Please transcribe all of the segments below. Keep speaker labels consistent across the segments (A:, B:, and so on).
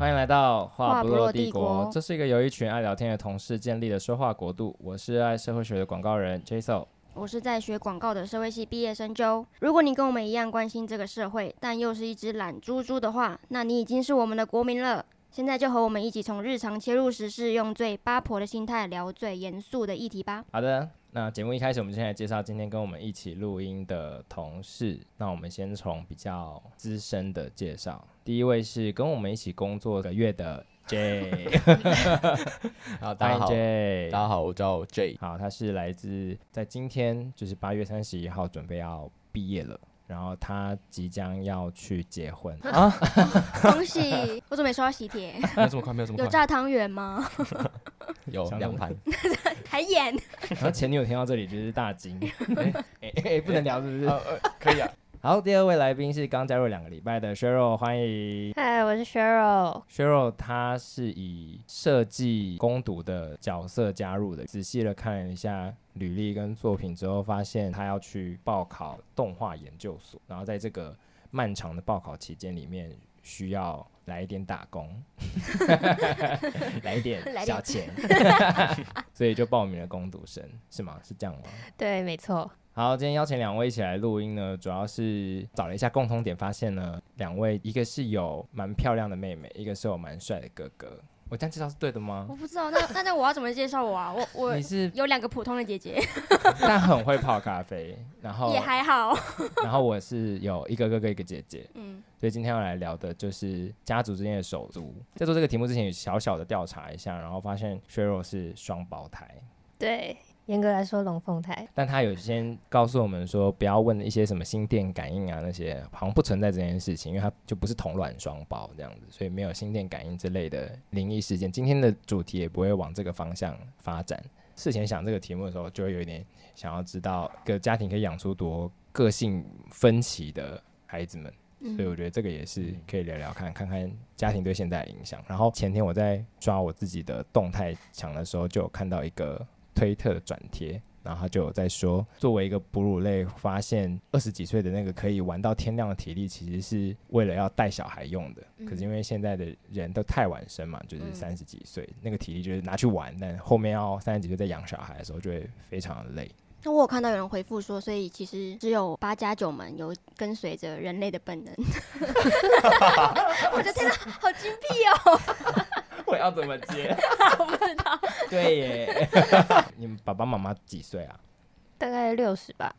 A: 来到话
B: 话
A: 不
B: 不
A: 落
B: 落
A: 帝
B: 帝
A: 国，
B: 国
A: 这是一个由一群爱聊天的同事建立的说话国度。我是爱社会学的广告人 Jason。
B: 我是在学广告的社会系毕业生周。如果你跟我们一样关心这个社会，但又是一只懒猪猪的话，那你已经是我们的国民了。现在就和我们一起从日常切入时事，用最八婆的心态聊最严肃的议题 吧。
A: 好的，那节目一开始，我们先来介绍今天跟我们一起录音的同事。那我们先从比较资深的介绍，第一位是跟我们一起工作个月的 J，
C: 好， 大
A: 欢迎
C: 家好，
A: J，
C: 大家好，我叫 J，
A: 好，他是来自在今天就是八月三十一号准备要毕业了，然后他即将要去结婚，
C: 啊
B: 恭喜！我准备收到喜 帖，
C: 没有这么快，没有这
B: 有，炸汤圆 吗？
C: 有
A: 想
C: 两
A: 到
C: 盘，
B: 还演？
A: 然后前女友听到这里就是大 惊，哎哎哎不能聊是不是？
C: 可以啊。
A: 好，第二位来宾是刚加入两个礼拜的 Cheryl，欢迎。
D: 嗨，我是 Cheryl。
A: Cheryl 她是以设计攻读的角色加入的，仔细的看了一下履历跟作品之后，发现她要去报考动画研究所，然后在这个漫长的报考期间里面，需要来一点打 工，来一点
B: 来点
A: 小 钱，所以就报名了攻读生，是吗？是这样吗？
D: 对，没错，
A: 好，今天邀请两位一起来录音呢，主要是找了一下共同点，发现呢，两位一个是有蛮漂亮的妹妹，一个是有蛮帅的哥哥。我这样介绍是对的
B: 我
A: 吗？
B: 不知道，那那那我要怎么介绍我啊？我我
A: 你是
B: 有两个普通的姐姐，
A: 但很会泡咖啡，然后
B: 也还好。
A: 然后我是有一个哥哥一个姐姐，
B: 嗯，
A: 所以今天要来聊的就是家族之间的手足。在做这个题目之前，有小小的调查一下，然后发现 Cheryl 是双胞胎，
D: 对，严格来说，龙凤胎。
A: 但他有先告诉我们说，不要问一些什么心电感应啊那些，好像不存在这件事情，因为他就不是同卵双胞这样子，所以没有心电感应之类的灵异事件。今天的主题也不会往这个方向发展。事前想这个题目的时候，就会有一点想要知道个家庭可以养出多个性分歧的孩子们。
B: 嗯
A: 所以我觉得这个也是可以聊聊看，看看家庭对现在的影响。然后前天我在刷我自己的动态墙的时候，就有看到一个推特的转贴，然后他就有在说，作为一个哺乳类，发现二十几岁的那个可以玩到天亮的体力，其实是为了要带小孩用的。
B: 嗯
A: 可是因为现在的人都太晚生嘛，就是
B: 嗯
A: 三十几岁，那个体力就是拿去玩，但后面要三十几岁再养小孩的时候，就会非常的累。
B: 那我有看到有人回复说，所以其实只有八加九们有跟随着人类的本能。我的 天哪，好精辟哦！
A: 我要怎么接？
B: 我不知道，
A: 对耶， 你们爸爸妈妈几岁啊？
D: 大概六十吧。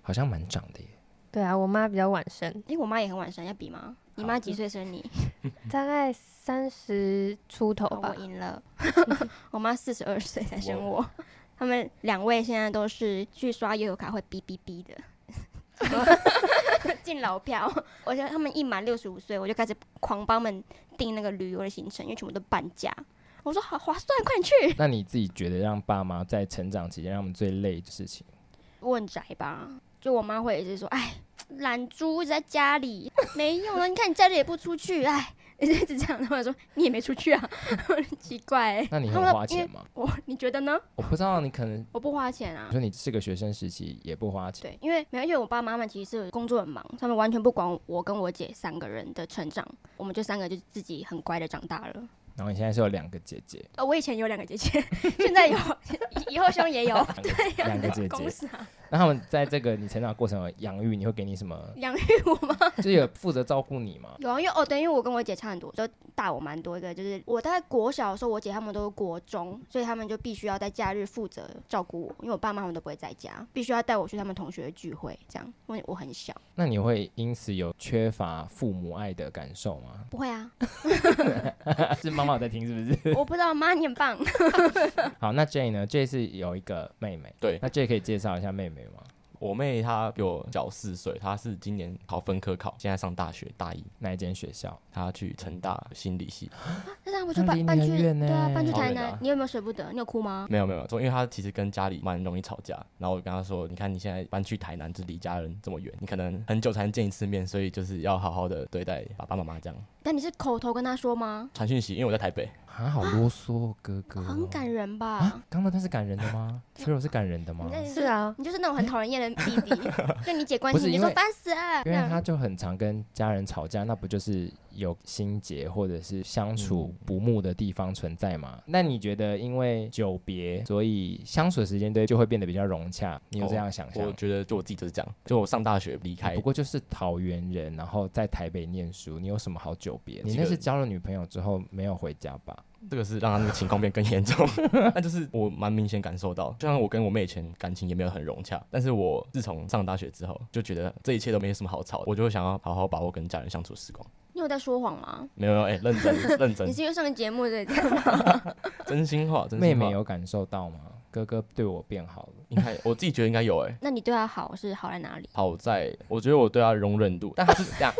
A: 好像蛮长的耶。
D: 对啊，我妈比较晚生，
B: 哎、我妈也很晚生，要比吗？你妈几岁生你？
D: 嗯大概三十出头
B: 哦
D: 吧
B: 我。赢了， 我妈四十二岁才生我。 他们两位现在都是去刷悠游卡会哔哔哔的， 进老票。我觉得他们一满六十五岁，我就开始狂帮他们订那个旅游的行程，因为全部都半价。我说好划算，快点去！
A: 那你自己觉得让爸妈在成长期间让他们最累的事情，
B: 问宅吧，就我妈会一直说，哎，懒猪一直在家里，没用了。你看你家里也不出去，哎，一直这样。他们说你也没出去啊， 奇怪、欸。
A: 那你
B: 他
A: 很
B: 们
A: 花
B: 因
A: 钱
B: 为
A: 吗？
B: 我你觉得呢？
A: 我不知道，你可能
B: 我不花钱啊
A: 你。说你是个学生时期也不花钱，
B: 对，因为没有，因为我爸妈们其实是工作很忙，他们完全不管我跟我姐三个人的成长，我们就三个就自己很乖的长大了。
A: 然后你现在是有两个姐姐，，
B: 呃，我以前有两个姐姐，现在有，以后兄也有
A: 两个两个姐
B: 公
A: 姐，
B: 司啊，
A: 那他们在这个你成长过程有养育，你会给你什么？
B: 养育我吗？
A: 就是有负责照顾你吗？
B: 有啊，因为哦，对，因为我跟我姐差很多，就大我蛮多一个，就是我大概国小的时候，我姐他们都是国中，所以他们就必须要在假日负责照顾我，因为我爸妈他们都不会在家，必须要带我去他们同学的聚会，这样，因为我很小。
A: 那你会因此有缺乏父母爱的感受吗？
B: 不会 啊，
A: 是妈妈有在听是不 是？
B: 我不知道，妈你很棒。
A: 好，那 J 呢？J 是有一个妹妹，
C: 对
A: 那 J 可以介绍一下妹妹吗？
C: 我妹她比我小四岁，她是今年考分科考，现在上大学大一，
A: 哪一间学校？
C: 她去成大心理系。
B: 那这样我就
A: 那离
B: 搬
A: 你
B: 搬
A: 很
B: 去，
A: 远
B: 对啊，
A: 呢
B: 搬去
C: 好
B: 台
C: 远
B: 南
C: 啊，
B: 你有没有舍不得？你有哭吗？
C: 没有没有，因为她其实跟家里蛮容易吵架，然后我跟她说，你看你现在搬去台南，就离家人这么远，你可能很久才能见一次面，所以就是要好好的对待爸爸妈妈这样。
B: 但你是口头跟他说吗？
C: 传讯息，因为我在台北，
A: 啊，好啰嗦哦，哥哥哦。
B: 很感人吧
A: 啊？！刚刚那是感人的吗？崔柔是感人的吗
B: 你？那
D: 是， 啊，
B: 你就是那种很讨人厌的 弟弟，就你姐关
A: 不
B: 心
A: 是
B: 你
A: 因
B: 就说
A: 为
B: 烦死了，这
A: 因为他
B: 样
A: 就很常跟家人吵架，那不就是有心结或者是相处
C: 嗯
A: 不睦的地方存在吗？那你觉得因为久别，所以相处的时间对就会变得比较融洽？你有这样想象
C: 哦我
A: 吗？
C: 觉得就我自己就是这样，就我上大学离开
A: 不，过就是桃园人，然后在台北念书，你有什么好久别？你
C: 几
A: 那
C: 个
A: 是
C: 人
A: 交了女朋友之后没有回家吧？
C: 这个是让他那个情况变更严重。 那就是我蛮明显感受到，就像我跟我妹以前感情也没有很融洽，但是我自从上大学之后，就觉得这一切都没什么好吵，我就会想要好好把握跟家人相处的时光。
B: 你有在说谎吗？
C: 没有没有，哎、认真 认
B: 你
C: 真，
B: 是因为上个节目 对这样
C: 真心话，真心话。
A: 妹妹有感受到吗？哥哥对我变好了，
C: 应该，我自己觉得应该有哎、
B: 那你对他好是好在哪里？
C: 好在我觉得我对他容忍度，但他是这样，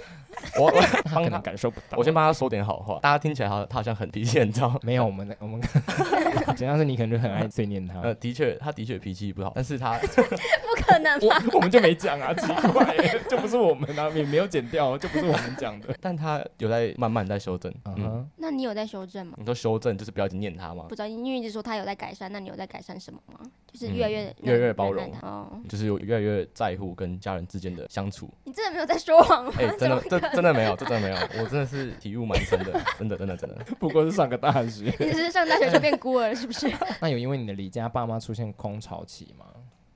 C: 我我 帮
A: 可
C: 他
A: 能，感受不到。
C: 我先帮他说点好话，大家听起来他他好像很脾气很糟，
A: 没有我们的我们， 怎样是你可能就很爱碎念他。
C: 呃，的确他的确脾气不好，但是 他
B: 不可能吧？
A: 我我 们就没讲啊，奇怪、就不是我们啊，也没有剪掉，就不是我们讲的。
C: 但他有在慢慢在修正，
A: 嗯
C: 嗯，
A: 哼，
B: 那你有在修正吗？
C: 你说修正就是不要一直念他吗
B: 不？知道，因为一直说他有在改善，那你有在改善什么吗？就是越来越
C: 嗯越来越包
B: 忍
C: 容
B: 耐他哦，
C: 就是有越来越在乎跟家人之间的 相处，
B: 你真的没有在说谎吗？
C: 哎、真
B: 怎
C: 的
B: 么，
C: 这真的没有，这真的没有，我真的是体悟蛮深的，真的，真的，真的，
A: 不过是上个大学。
B: 你是上大学就 变孤儿了是不是？
A: 那有因为你的离家爸妈出现空巢期吗？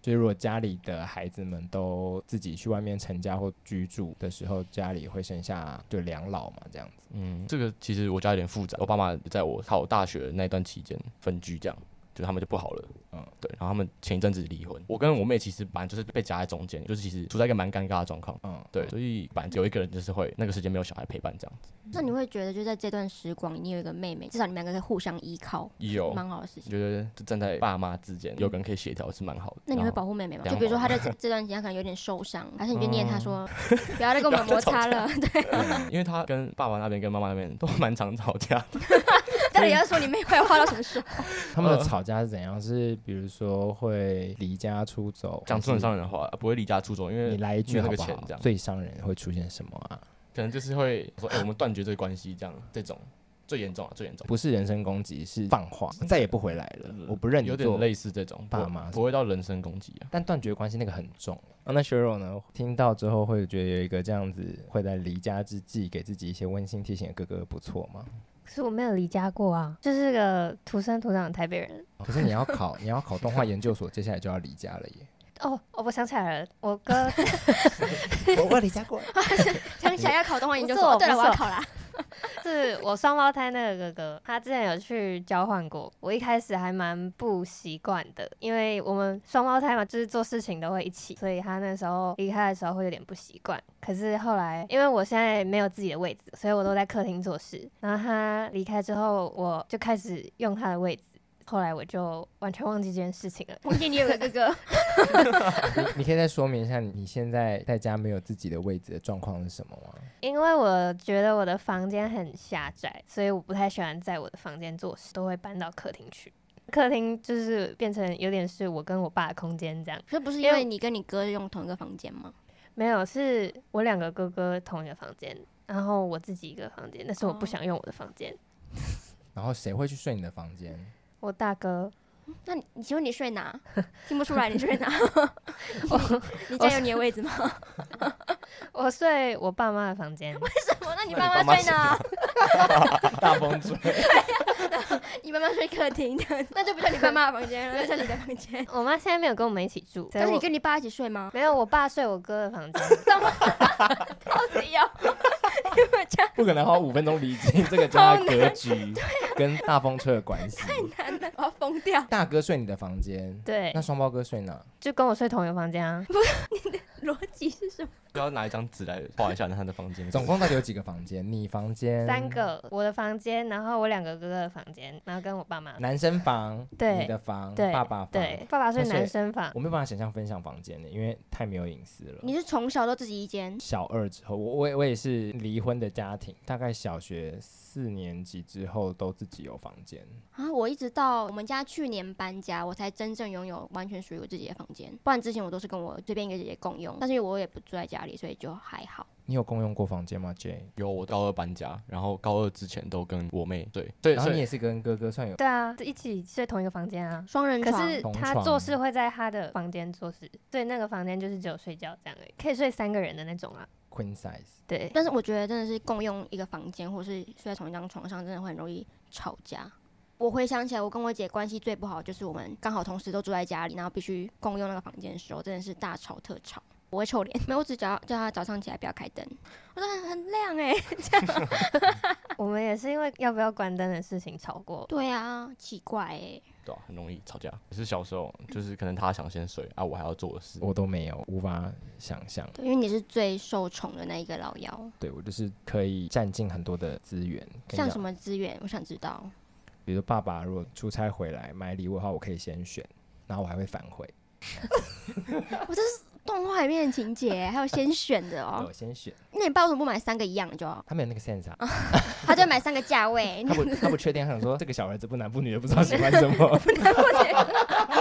A: 就是如果家里的孩子们都自己去外面成家或居住的时候，家里会剩下就两老嘛，这样子。
C: 嗯，这个其实我家有点复杂，我爸妈在我考大学那段期间分居，这样，就是他们就不好了，
A: 嗯
C: 嗯，对，然后他们前一阵子离婚，我跟我妹其实本来就是被夹在中间，就是其实处在一个蛮尴尬的状况，
A: 嗯，
C: 对，所以本来有一个人就是会那个时间没有小孩陪伴这样子，
B: 那你会觉得就在这段时光，你有一个妹妹，至少你们两个可以互相依靠，
C: 哦有，
B: 蛮好的事
C: 我
B: 情。
C: 觉得就站在爸妈之间，有个人可以协调是蛮好的。
B: 那你会
C: 然后
B: 保护妹妹吗？
C: 然
B: 就
C: 后
B: 比如说她在这这段时间她可能有点受伤，还是
C: 嗯
B: 你就念她说不要再跟我 们摩擦了？
C: 因为他跟爸爸那边跟妈妈那边都蛮常吵架的，
B: 到底要说你妹坏话到什么时 候？
A: 他们的吵架是怎样？是比如说会离家出走，
C: 讲出很伤人的话，呃不会离家出走，因
A: 还是
C: 为
A: 你来一句
C: 没
A: 好不
C: 有那个钱
A: 好
C: 这？样，
A: 最伤人会出现什么啊？
C: 可能就是会说，哎、我们断绝这个关系，这样这种最严重啊，最严重，
A: 不是人身攻击，是放话，再也不回来了，我不认你
C: 有
A: 做
C: 点类似这种，
A: 爸
C: 不
A: 妈
C: 不会到人身攻击 啊。
A: 但断绝关系那个很重。啊、那 Sheryl 呢？听到之后会觉得有一个这样子会在离家之际给自己一些温馨提醒的哥哥不错吗？
D: 可是我没有离家过啊，就是个土生土长的台北人。
A: 可是你要考， 你要考动画研究所，接下来就要离家了耶。
D: 哦哦，我想起来了，我哥
A: 我我离家过，
B: 想起来要考动画研究
D: 不
B: 所，
D: 错
B: 哦对了，
D: 不
B: 我
D: 错
B: 要考啦。
D: 是我双胞胎那个哥哥，他之前有去交换过。我一开始还蛮不习惯的，因为我们双胞胎嘛，就是做事情都会一起，所以他那时候离开的时候会有点不习惯。可是后来，因为我现在没有自己的位置，所以我都在客厅做事。然后他离开之后，我就开始用他的位置。后来我就完全忘记这件事情了。
B: 忘记你有个哥哥，
A: 你可以再说明一下你现在在家没有自己的位置的状况是什么吗？
D: 因为我觉得我的房间很狭窄，所以我不太喜欢在我的房间做事，都会搬到客厅去。客厅就是变成有点是我跟我爸的空间这样，
B: 这不是因为你跟你哥用同一个房间吗？
D: 没有是我两个哥哥同一个房间，然后我自己一个房间，但是我不
B: 哦
D: 想用我的房间。
A: 然后谁会去睡你的房间？
D: 我大哥，
B: 那你你请问你睡 哪？听不出来你睡 哪？你家有你的位置 吗？
D: 我睡我爸妈的房间，
B: 为什么？那你
C: 那你
B: 爸
C: 爸妈
B: 妈睡哪？
A: 大风吹，
B: 你爸妈睡客厅，那就不叫你爸妈的房间 了，那叫你的房间。
D: 我妈现在没有跟我们一起住，所以
B: 但是你
D: 我
B: 跟你爸一起睡吗？
D: 没有我爸睡我哥的房间，
B: 到 底要你们家
A: 不可能花五分钟理清这个家的格局 跟大风吹的关系。
B: 男的，我要疯掉！
A: 大哥睡你的房间，
D: 对
A: 那，双胞哥睡哪？
D: 就跟我睡同一个房间啊，
B: 逻辑是什么？
C: 不要拿一张纸来画一下他的房间，
A: 总共到底有几个房间？你房间
D: 三个我的房间，然后我两个哥哥的房间，然后跟我爸妈。
A: 男生 房，
D: 对
A: 你的房，
D: 对
A: 爸爸房，
D: 对，爸爸睡
A: 那所以
D: 男生房，
A: 我没有办法想象分享房间的，因为太没有隐私了。
B: 你是从小都自己一间，
A: 小二之后，我我也我也是离婚的家庭，大概小学四年级之后都自己有房间。
B: 啊，我一直到我们家去年搬家，我才真正拥有完全属于我自己的房间。不然之前我都是跟我这边一个姐姐共用，但是我也不住在家里，所以就还好。
A: 你有共用过房间吗，J？
C: 有我高二搬家，然后高二之前都跟我妹对对，
A: 然后
C: 所
A: 你也
C: 以
A: 是跟哥哥算有
D: 对啊，一起睡同一个房间啊。
B: 双人
D: 可
B: 床，
D: 是
A: 同
D: 他
A: 床
D: 做事会在他的房间做事，所以那个房间就是只有睡觉这样而已，可以睡三个人的那种啊。
A: queen size，
D: 对，
B: 但是我觉得真的是共用一个房间，或是睡在同一张床上，真的会很容易吵架。我回想起来，我跟我姐关系最不好，就是我们刚好同时都住在家里，然后必须共用那个房间的时候，真的是大吵特吵。我会臭脸， 没有，我只叫叫她早上起来不要开灯，我说很很亮哎、
D: 我们也是因为要不要关灯的事情吵 过。
B: 对啊，奇怪哎、
C: 对啊，很容易吵架。也是小时候，就是可能她想先睡啊，我还要做我的事。
A: 我都没有，无法想象。
B: 对，因为你是最受宠的那一个老幺，
A: 对我就是可以占尽很多的资源，跟
B: 像
A: 你
B: 什
A: 讲
B: 么资源？我想知道。
A: 比如爸爸如果出差回来买礼物的话，我可以先选，然后我还会反悔，
B: 我这是动画里面的情节，还有先选的
A: 对
B: 哦
A: 我。先选。
B: 那你爸为什么不买三个一样的就好？
A: 他没有那个 sense 啊，
B: 他就买三个价 位，
A: 他不他不确定，他想说这个小儿子不男不女的不知道喜欢什么。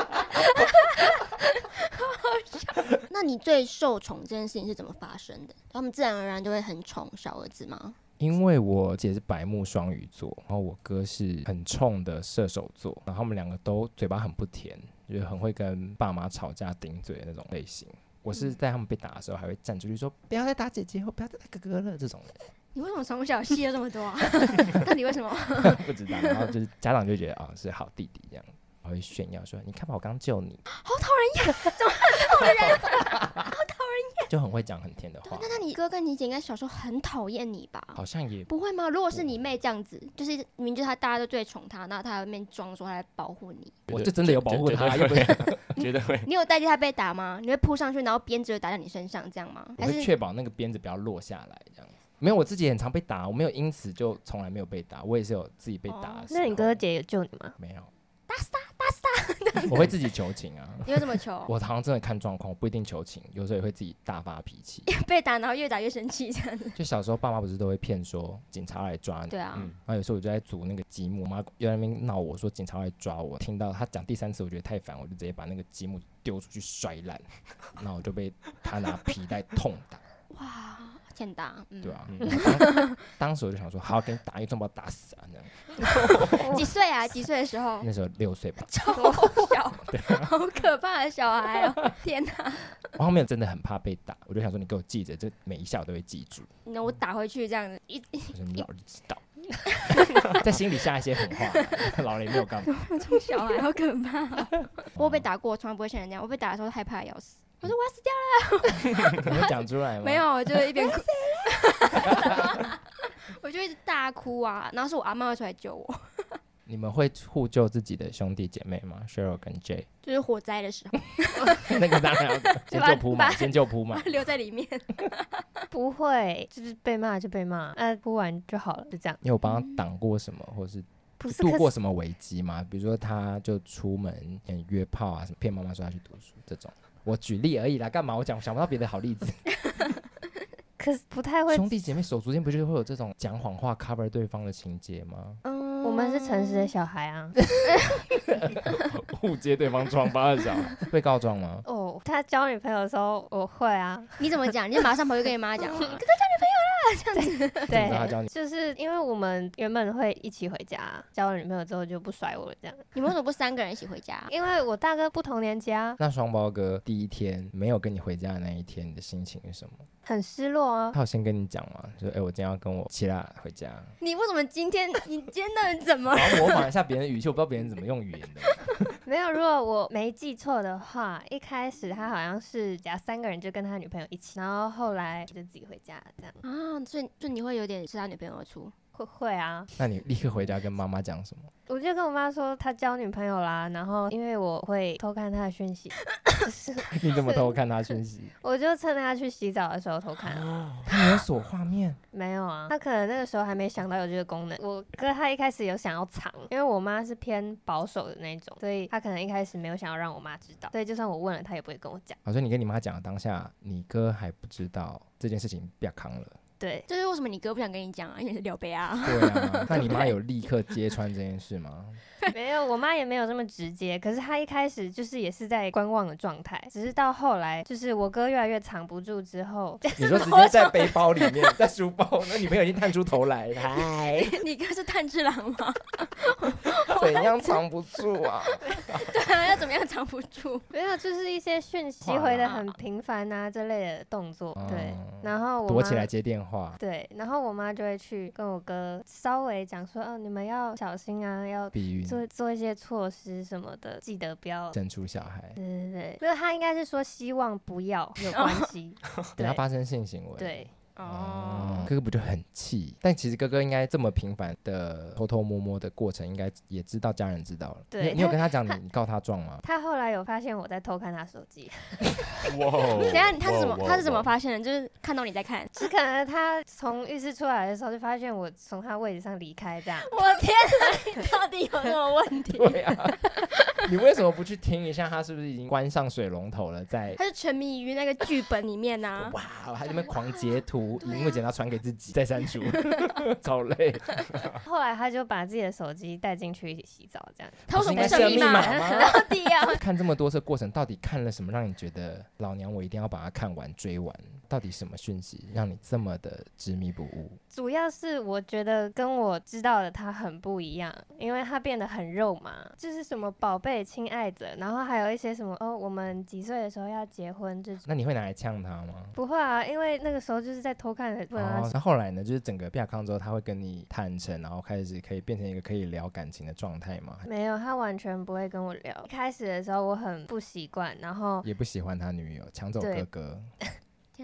B: 那你最受宠这件事情是怎么发生的？他们自然而然就会很宠小儿子吗？
A: 因为我姐是白目双鱼座，然后我哥是很冲的射手座，然后他们两个都嘴巴很不甜，就是很会跟爸妈吵架顶嘴的那种类型。我是在他们被打的时候，还会站出去说不要再打姐姐或不要再打哥哥了这种人。
B: 你为什么从小戏了这么多、 啊？到底为什么？
A: 不知道，然后就是家长就觉得啊、是好弟弟这样，然后会炫耀说你看吧我刚救你，好讨人厌， 怎么好讨人厌，好讨人厌，就很会讲很甜的话
B: 那，那你哥跟你姐应该小时候很讨厌你吧？
A: 好像也
B: 不会吗？如果是你妹这样子，就是明明就是她大家都最宠她，那她还在那边装说她在保护你，
A: 我就真的有保护他，又
C: 绝
A: 不
C: 对
A: 是
C: 觉得
A: 嗯
C: 会
B: 你有代替她被打吗？你会扑上去然后鞭子打在你身上这样吗？
A: 我
B: 还
A: 会
B: 是
A: 确保那个鞭子不要落下来这样子。没有，我自己也很常被打，我没有因此就从来没有被打，我也是有自己被打
B: 哦
A: 的时候。
D: 啊那你哥哥姐有救你吗？
A: 没有？打死他，打死他！我会自己求情啊。
B: 你会怎么求？
A: 我常常真的看状况，我不一定求情，有时候也会自己大发脾 气。
B: 被打然后越打越生气这样子？
A: 就小时候爸妈不是都会骗说警察来抓你，
B: 对啊，
C: 嗯
A: 然后有时候我就在组那个积木，我妈又在那边闹我说警察来抓我，听到她讲第三次，我觉得太烦，我就直接把那个积木丢出去摔烂，然后我就被她拿皮带痛打，
B: 哇，欠打，嗯，
A: 对啊，
C: 嗯
A: 然后当当时我就 想说，好，给你打一顿，把我打死啊！这样，
B: 几岁啊？几岁的时候？
A: 那时候六岁吧，
B: 超小，好可怕的小孩哦！天哪，
A: 我后面真的很怕被打，我就想说，你给我记着，这每一下我都会记住。
B: 那我打回去这样子，一
A: 我说你老就知 道，在心里下一些狠话，老了也没有干嘛。
B: 种小孩好可怕哦、我被打过，我从来不会像人那样。我被打的时候害怕的要死，我说我要死掉
A: 你会讲出来吗？
B: 了，没，有，我就一边哭， 我就一直大哭啊。然后是我阿妈会出来救我，
A: 你们会互救自己的兄弟姐妹吗？Cheryl 跟 J，
B: 就是火灾的时候
A: 那个当然要先救铺
B: 把
A: 嘛，先救铺嘛。
B: 留在里面。
D: 不会，就是被骂就被骂，呃，哭完就好了，就这样。
A: 你有帮他挡过什么，或是
D: 不是，
A: 度
D: 可
A: 过
D: 是
A: 什么危机吗？比如说，他就出门嗯约炮啊，什么骗妈妈说他去读书这种。我举例而已啦，干嘛？我讲想不到别的好例子。
D: 可是不太 会。
A: 兄弟姐妹手足间不就是会有这种讲谎话 cover 对方的情节吗？
B: 嗯，
D: 我们是诚实的小孩啊。
A: 嗯误接对方疮疤的小孩 会告状 吗？
D: 哦，他交女朋友的时候我会 啊，
B: 你怎么讲？你就马上跑去跟你 妈讲啊。
A: 怎么知道他教
D: 对，
A: 你
D: 就是因为我们原本会一起回家，交了女朋友之后就不甩我了这样。
B: 你们为什么不三个人一起回家、
D: 因为我大哥不同年级啊，
A: 那双胞哥第一天没有跟你回家的那一天，你的心情是什么？
D: 很失落啊。
A: 他有先跟你讲吗？说，哎、我今天要跟我七拉回家。
B: 你为什么今天？你今天到底怎么了？
A: 然后模仿一下别人的语气，我不知道别人怎么用语言的。
D: 没有，如果我没记错的话，一开始他好像是假三个人就跟他女朋友一起，然后后来就自己回家这样。
B: 啊，所以就你会有点是他女朋友的错。
D: 会会啊，
A: 那你立刻回家跟妈妈讲 什么？
D: 我就跟我妈说他交女朋友啦，然后因为我会偷看他的讯息，就是
A: 你怎么偷看他讯息？
D: 我就趁他去洗澡的时候偷看啊。
A: 他没有锁画面。
D: 没有啊，他可能那个时候还没想到有这个功能。我哥他一开始有想要藏，因为我妈是偏保守的那种，所以他可能一开始没有想要让我妈知道，所以就算我问了，他也不会跟我讲。
A: 好，所以你跟你妈讲的当下，你哥还不知道这件事情不要扛了。
D: 对，
B: 这是为什么你哥不想跟你讲啊？因为你是刘备啊。
A: 对啊， 那你妈有立刻揭穿这件事吗？
D: 没有，我妈也没有这么直接，可是她一开始就是也是在观望的状态，只是到后来就是我哥越来越藏不住之后，
A: 你说直接在背包里面，在书包，那女朋友已经探出头来，嗨，
B: 你哥是炭治郎吗？
A: 怎样藏不住啊？
B: 对啊，要怎么样藏不住？
D: 没有就是一些讯息
A: 话
D: 回的
B: 啦
D: 很频繁啊这类的动作，对
A: 哦，
D: 然后我
A: 躲
D: 妈
A: 起来接电话，
D: 对，然后我妈就会去跟我哥稍微讲说，哦，你们要小心啊，要
A: 避孕，
D: 做做一些措施什么的，记得不要。对
A: 生出小孩，
D: 对对，没有，他应该是说希望不要有关 系。
A: 等他
D: 对
A: 发生性行为。
D: 对，
A: 哦
B: 哦，，
A: 哥哥不就很气？但其实哥哥应该这么频繁的偷偷摸摸的过程，应该也知道家人知道了。
D: 对
A: 你你有
D: 他
A: 跟他讲
D: 他
A: 你告他状吗？
D: 他后来有发现我在偷看他手机，
C: 哇哦！
B: 等一下他是怎
C: 哇
B: 么
C: 哦
B: 他是怎么？发现的？就是看到你在看。
D: 只可能他从浴室出来的时候就发现我从他位置上离 开这样。
B: 我天 哪，你到底有什么问题？
A: 对啊，你为什么不去听一下？他是不是已经关上水龙头了？在
B: 他是沉迷于那个剧本里面啊呐、
A: 哇，他这边狂截图，荧幕剪刀传给自己，再删除，超累。
D: 后来他就把自己的手机带进去一起洗澡这样。
B: 他为什
A: 应
B: 么
A: 该
B: 不
A: 设
B: 设
A: 密
B: 密码？
A: 吗？
B: 到底啊？
A: 看这么多次的过程，到底看了什么让你觉得老娘我一定要把它看完追完？到底什么讯息让你这么的执迷不悟？
D: 主要是我觉得跟我知道的他很不一样，因为他变得很肉麻，就是什么宝贝、亲爱的，然后还有一些什么哦，我们几岁的时候要结婚这种。
A: 那你会拿来呛他吗？
D: 不会啊，因为那个时候就是在偷看的，不能让他
A: 哦，
D: 洗
A: 那后来呢？就是整个变康之后，他会跟你坦诚，然后开始可以变成一个可以聊感情的状态吗？
D: 没有，他完全不会跟我聊。一开始的时候我很不习惯，然后
A: 也不喜欢他女友，抢走
D: 哦对
A: 哥哥，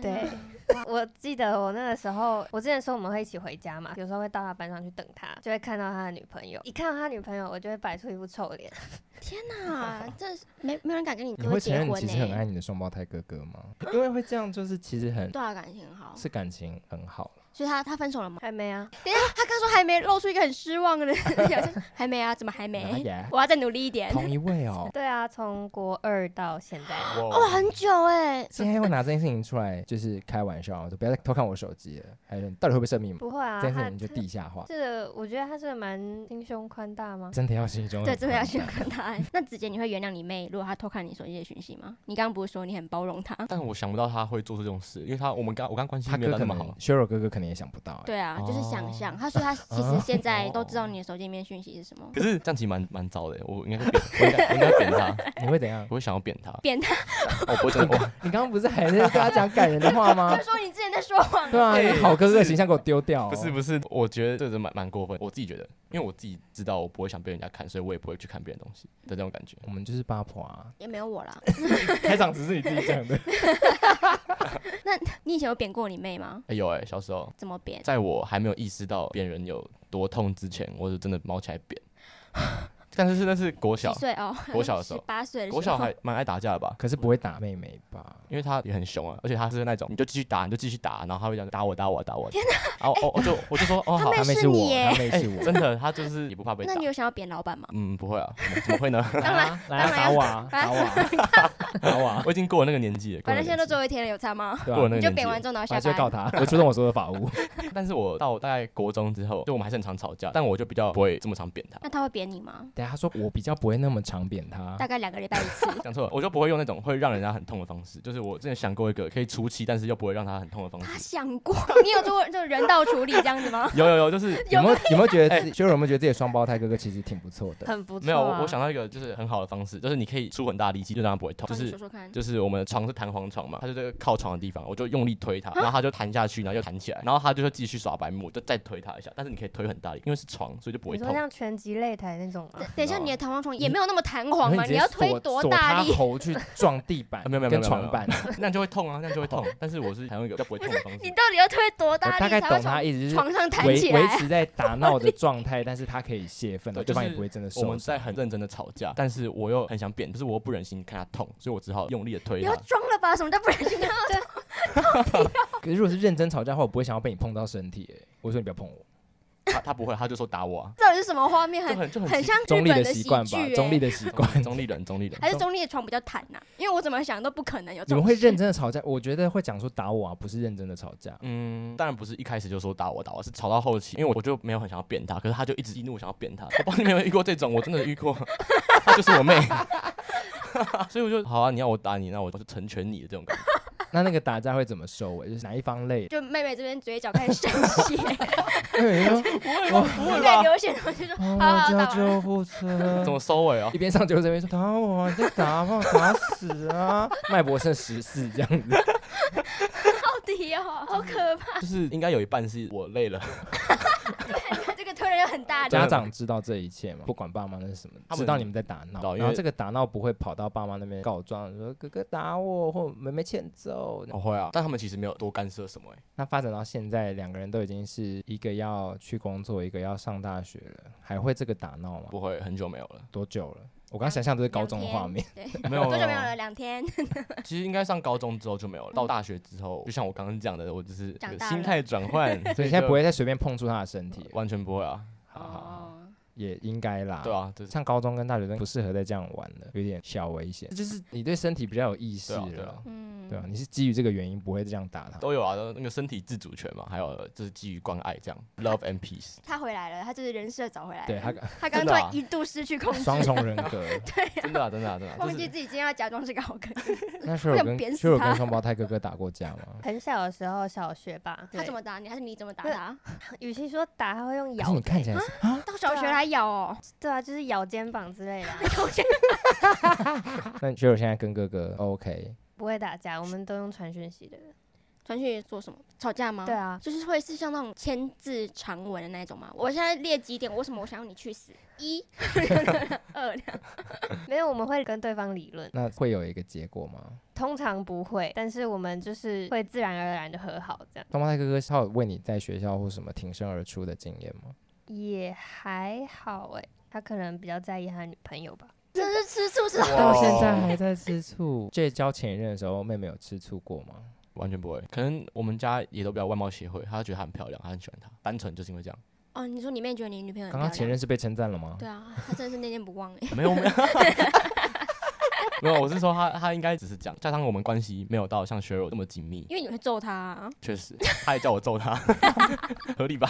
D: 对， 我记得我那个时候，我之前说我们会一起回家嘛，有时候会到他班上去等他，就会看到他的女朋友。一看到他女朋友，我就会摆出一副臭脸。
B: 天哪，这是没没有人敢跟你
A: 你
B: 哥
A: 会承
B: 结
A: 认
B: 婚
A: 你
B: 欸呢、
A: 其实很爱你的双胞胎哥哥吗？因为会这样，就是其实很
B: 对啊，感情很好，
A: 是感情很好了。
B: 所以他他分手了吗？
D: 还没啊，，
B: 等一下，他刚说还没，露出一个很失望的 表情，还没啊？怎么还
A: 哪
B: 没？
A: 呀？
B: 我要再努力一点。
A: 同一位哦
D: 对啊，从国二到现在。
C: 哇
B: 哦，
C: 哦
B: 很久哎、
A: 现在会拿这件事情出来就是开玩笑，说不要再偷看我手机了，还有你到底会不会设密码？
D: 不会啊，
A: 这件事
D: 他
A: 情就地下化，
D: 这个我觉得他是蛮心胸宽大吗？
A: 真的要心中
B: 对，
A: 很
B: 真的要
A: 宽
B: 去
A: 大
B: 看他。那子杰，你会原谅你妹，如果她偷看你手机的讯息吗？你刚刚不是说你很包容她？
C: 但我想不到他会做出这种事，因为他我们刚我刚关系
A: 他
C: 没有
A: 哥
C: 到
A: 可
C: 那么
A: 能
C: 好。
A: ，Sheryl 哥哥可能也想不到、欸，
B: 对啊，就是想
C: 哦
B: 象。她说她其实现在都知道你的手机里面讯息是什 么。
C: 可是这样其实蛮蛮糟的，欸我应该会扁，我应该我应该扁 他，
A: 欸你会怎样？
C: 我会想要扁他，
B: 扁他！
C: 哦，我真的我
A: 你刚刚不是还在跟他讲感人的话 吗
B: 她？说你之前在说 谎。！
A: 对啊，你好哥哥的
C: 是
A: 形象给我丢掉、哦，
C: 不是不是，我觉得这个人蛮蛮过分，我自己觉得，因为我自己知道我不会想被人家看，所以我也不会去看别人东西的那种感觉。
A: 我们就是八婆啊
B: 也没有我啦。
A: 开场只是你自己讲的。
B: 你以前有扁过你妹吗？
C: 哎、有哎、小时候
B: 怎么扁？
C: 在我还没有意识到别人有多痛之前，我是真的猫起来 扁。但是是那是国
B: 几
C: 小，
B: 岁哦？
C: 国小的时候
B: 八岁的时候。
C: 国小还蛮爱打架的吧？
A: 可是不会打妹妹吧？
C: 因为他也很凶啊，而且他是那种你就继续打，你就继续打，然后他会讲打我打我打我。天哪！然后哦
B: 哎
C: 我就我就说哦好，
A: 他
B: 妹
A: 妹
B: 是
A: 是我，
B: 你耶
A: 他妹
C: 哎
A: 是我。
C: 真的他就是也不怕被打
B: 那。你有想要扁老 板吗？
C: 嗯，不会啊，怎么怎么会呢？
A: 当 然，来啊，
B: 当然
A: 打我啊，打我 啊，打我啊！
C: 我已经过了那个年纪了，过
B: 反
C: 了
B: 正
C: 那个
B: 现在都
C: 年纪
B: 最后一天了，有差吗？
A: 对
C: 过
A: 吧？
C: 了那
B: 你就
C: 个年纪
B: 扁
C: 了
B: 完之后，然后
A: 我
B: 下
A: 还是会
B: 班。
A: 告 他，我出动我所有法务。
C: 但是我到大概国中之后，就我们还是很常吵架，但我就比较不会这么常扁他。
B: 那他会扁你吗？
A: 等一下他说我比较不会那么常扁他
B: 大，概两个礼拜一次。
C: 讲错了，我就不会用那种会让人家很痛的方式。就是我之前想过一个可以出气，但是又不会让他很痛的方
B: 他
C: 式。
B: 想过， 你有做过这种人道处理这样子吗？
C: 有有 有，就是
A: 有没有有没有觉得
C: 哎
A: 自己？就是有没有觉得自己的双胞胎哥哥其实挺不错的？
D: 很不错、啊。
C: 没有，我我想到一个就是很好的方式，就是你可以出很大力气，就让他不会 痛。就
B: 那你
C: 是
B: 说说看。
C: 就是我们的床是弹簧床嘛，他就这个靠床的地方，我就用力推
B: 啊
C: 他，然后他就弹下去，然后又弹起来，然后他就会继续耍白目，我就再推他一下。但是你可以推很大力，因为是床，所以就不会
D: 你说
C: 痛。
D: 像拳击擂台那种
A: 啊
D: 吗？
B: 等一下，
C: 你知道吗，
B: 你的弹簧床也没有那么弹簧
A: 然后直
B: 嘛，啊你
A: 接
B: 要推
A: 锁
B: 多
A: 锁
B: 大
A: 他
B: 力？
A: 头去撞地板
C: 啊没有没有没有
A: 跟床板。
C: 那样就会痛啊，那样就会痛。但是我是采用一个比较不会痛的方式
B: 你。到底要推多
A: 我
B: 大力
A: 大概
B: 才会
A: 懂他
B: 从
A: 意思，就是
B: 床上弹
A: 维
B: 起
A: 维
B: 来？啊
A: 持在 打闹的状态，但是他可以泄愤，
C: 对
A: 对方也
C: 就是
A: 不会真的
C: 我
A: 受伤。
C: 们在很认真的吵架，但是我又很想扁，就是我不忍心看他痛，所以我只好用力的推
B: 你
C: 他
B: 要。装了吧？什么叫不忍心？
A: 可是如果是认真吵架的话，我不会想要被你碰到身体、欸。我说你不要碰我，
C: 他他不会，他就说打 我啊，
B: 到底是什么画面？
C: 就
B: 很
C: 很就很
B: 很像日
A: 中立
B: 本
A: 习
B: 喜
A: 惯
B: 剧、
A: 吧，
B: 欸，
A: 中立的习惯
C: 奇怪。中立人，中立 人，
B: 还是中立的床比较坦呐、因为我怎么想都不可
C: 啊
B: 能有这
A: 你
B: 种
A: 们
B: 事。
A: 会认真的吵架？我觉得会讲说打我啊，不是认真的吵架。
C: 嗯，当然不是一开始就说打我打我，是吵到后期，因为我就没有很想要扁他，可是他就一直一怒想要扁他。我不知道你们有没有遇过这种，我真的遇过，她就是我妹， 所以我就好啊，你要我打你，那我就成全你的这种感觉。
A: 那那个打架会怎么收尾？就是哪一方 累？
B: 就妹妹这边嘴角开始渗 血，
A: 因为 有人说
C: 不
B: 妹
C: 会
B: 妹
C: 吧？
B: 流血，我就说
A: 帮
B: 好
C: 啊
A: 我
B: 好
A: 叫
B: 打完。
A: 救护 车
C: 怎。么收尾哦
A: 一？边上救护车一边说打我啊，你在打吗？打死啊！ 脉搏剩十四这样 子。
B: 到底哦，好可怕！
C: 就是应该有一半是我累了，
B: 这个推人很大力，
A: 家长知道这一切吗？不管爸妈那是什么，
C: 他们
A: 知道你们在打
C: 知道
A: 闹，
C: 因为
A: 然后这个打闹不会跑到爸妈那边告状，说哥哥打我或妹妹欠揍。
C: 我会啊，但他们其实没有多干涉什么、欸，
A: 那发展到现在，两个人都已经是一个要去工作，一个要上大学了，还会这个打闹吗？
C: 不会，很久没有 了，
A: 多久了？我刚想象都是高中的画面，
B: 对，
C: 没有
B: 多久没有了？两天，
C: 其实应该上高中之后就没有了，到大学之后，就像我刚刚讲的，我就是
B: 长
C: 有
B: 大
C: 心
B: 了
C: 态转 换，
A: 所以现在不
C: 会，
A: 会再随便碰触他的身体了，
C: 完全不会啊，
A: 好好
B: 哦
A: 好，也应该啦。
C: 对啊，就是
A: 像高中跟大学生不适合再这样玩了，有点小危险。就是你对身体比较有意识
C: 对啊对啊
A: 了，
B: 嗯
A: 对啊，你是基于这个原因不会这样打他。
C: 都有啊，都那个身体自主权嘛，还有就是基于关爱这样，love and peace。
B: 他回来了，他就是人设找回来了。
A: 对他
B: 他刚
C: 真
B: 突
C: 的啊
B: 然一度失去控制，
A: 双重人格，
C: 真的啊，真的啊，真的、啊，
B: 忘
C: 就
B: 记
C: 是
B: 自己今天要假装是个好哥哥。
A: 那是有
B: 不想
A: 跟
B: 扁死
A: 是有
B: 他
A: 跟双胞胎哥哥打过架吗？
D: 很小的时候，小学吧，
B: 他怎
D: 么？
B: 么打你，还是你怎么打他？
D: 与其说打，他会用
A: 可是
D: 咬
A: 你
D: 的欸、
A: 看起来是啊，
B: 到小学来咬哦，
D: 对啊，就是咬肩膀之类的啊、
A: 那学友现在跟哥哥 OK，
D: 不会打架，我们都用传讯息的。
B: 传讯做什么？吵架吗？
D: 对。啊，
B: 就是会是像那种千字长文的那种吗？我现在列几点，为什么我想要你去死？一、二，
D: 没有，我们会跟对方理论，
A: 那会有一个结果吗？
D: 通常不会，但是我们就是会自然而然的和好，这样
A: 双胞胎哥哥他有为你在学校或什么挺身而出的经验吗？
D: 也还好哎、他可能比较在意他女朋友吧，
B: 这是吃醋是
A: 到
C: 哇
A: 现在还在吃醋。这交前任的时候，妹妹有吃醋过吗？
C: 完全不会。可能我们家也都比较外貌协会，他觉得她很漂亮，他很喜欢她，单纯就是因为这样。
B: 哦，你说你妹觉得你女朋友很
A: 刚
B: 漂
A: 刚
B: 亮？
A: 前任是被称赞了吗？
B: 对啊，她真的是念念不忘哎。
C: 没有没有，没有，我是说他他应该只是讲，加上我们关系没有到像 Cheryl 这么紧密，
B: 因为你会揍她、啊，
C: 确实，他也叫我 揍他，合理吧？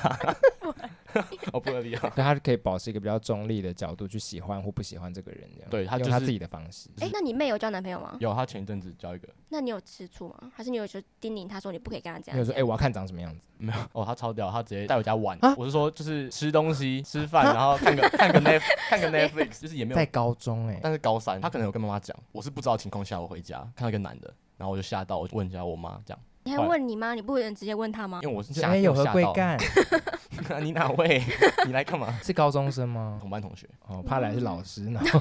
C: 哦，不合理啊。
A: 所以他是可以保持一个比较中立的角度去喜欢或不喜欢这个人，这样
C: 对他就
A: 用他
C: 是
A: 自己的方式。
B: 哎、那你妹有交男朋友吗？
C: 有，他前一阵子交一个，
B: 那你有吃醋吗？还是你有就叮咛她说你不可以跟她这
A: 没有
B: 样
A: 说
B: 讲？
A: 哎、我要看长什么样子，
C: 没有哦，他超屌，他直接带我家玩。
A: 啊
C: 我是说，就是吃东西、吃饭，然后看个 看个 Netflix，看 个 Netflix，就是也没有
A: 在高中哎、
C: 但是高三，他可能有跟妈妈讲，我是不知道的情况下我回家看到一个男的，然后我就吓到，我就问一下我妈这样，
B: 你还问你妈，你不能直接问她吗？
C: 因为我是
A: 你就
C: 吓
A: 哎有何
C: 吓
A: 贵
C: 到
A: 干？
C: 你哪位？ 你来干嘛？
A: 是高中生吗？
C: 同班同学？
A: 哦，怕来是老师，然 后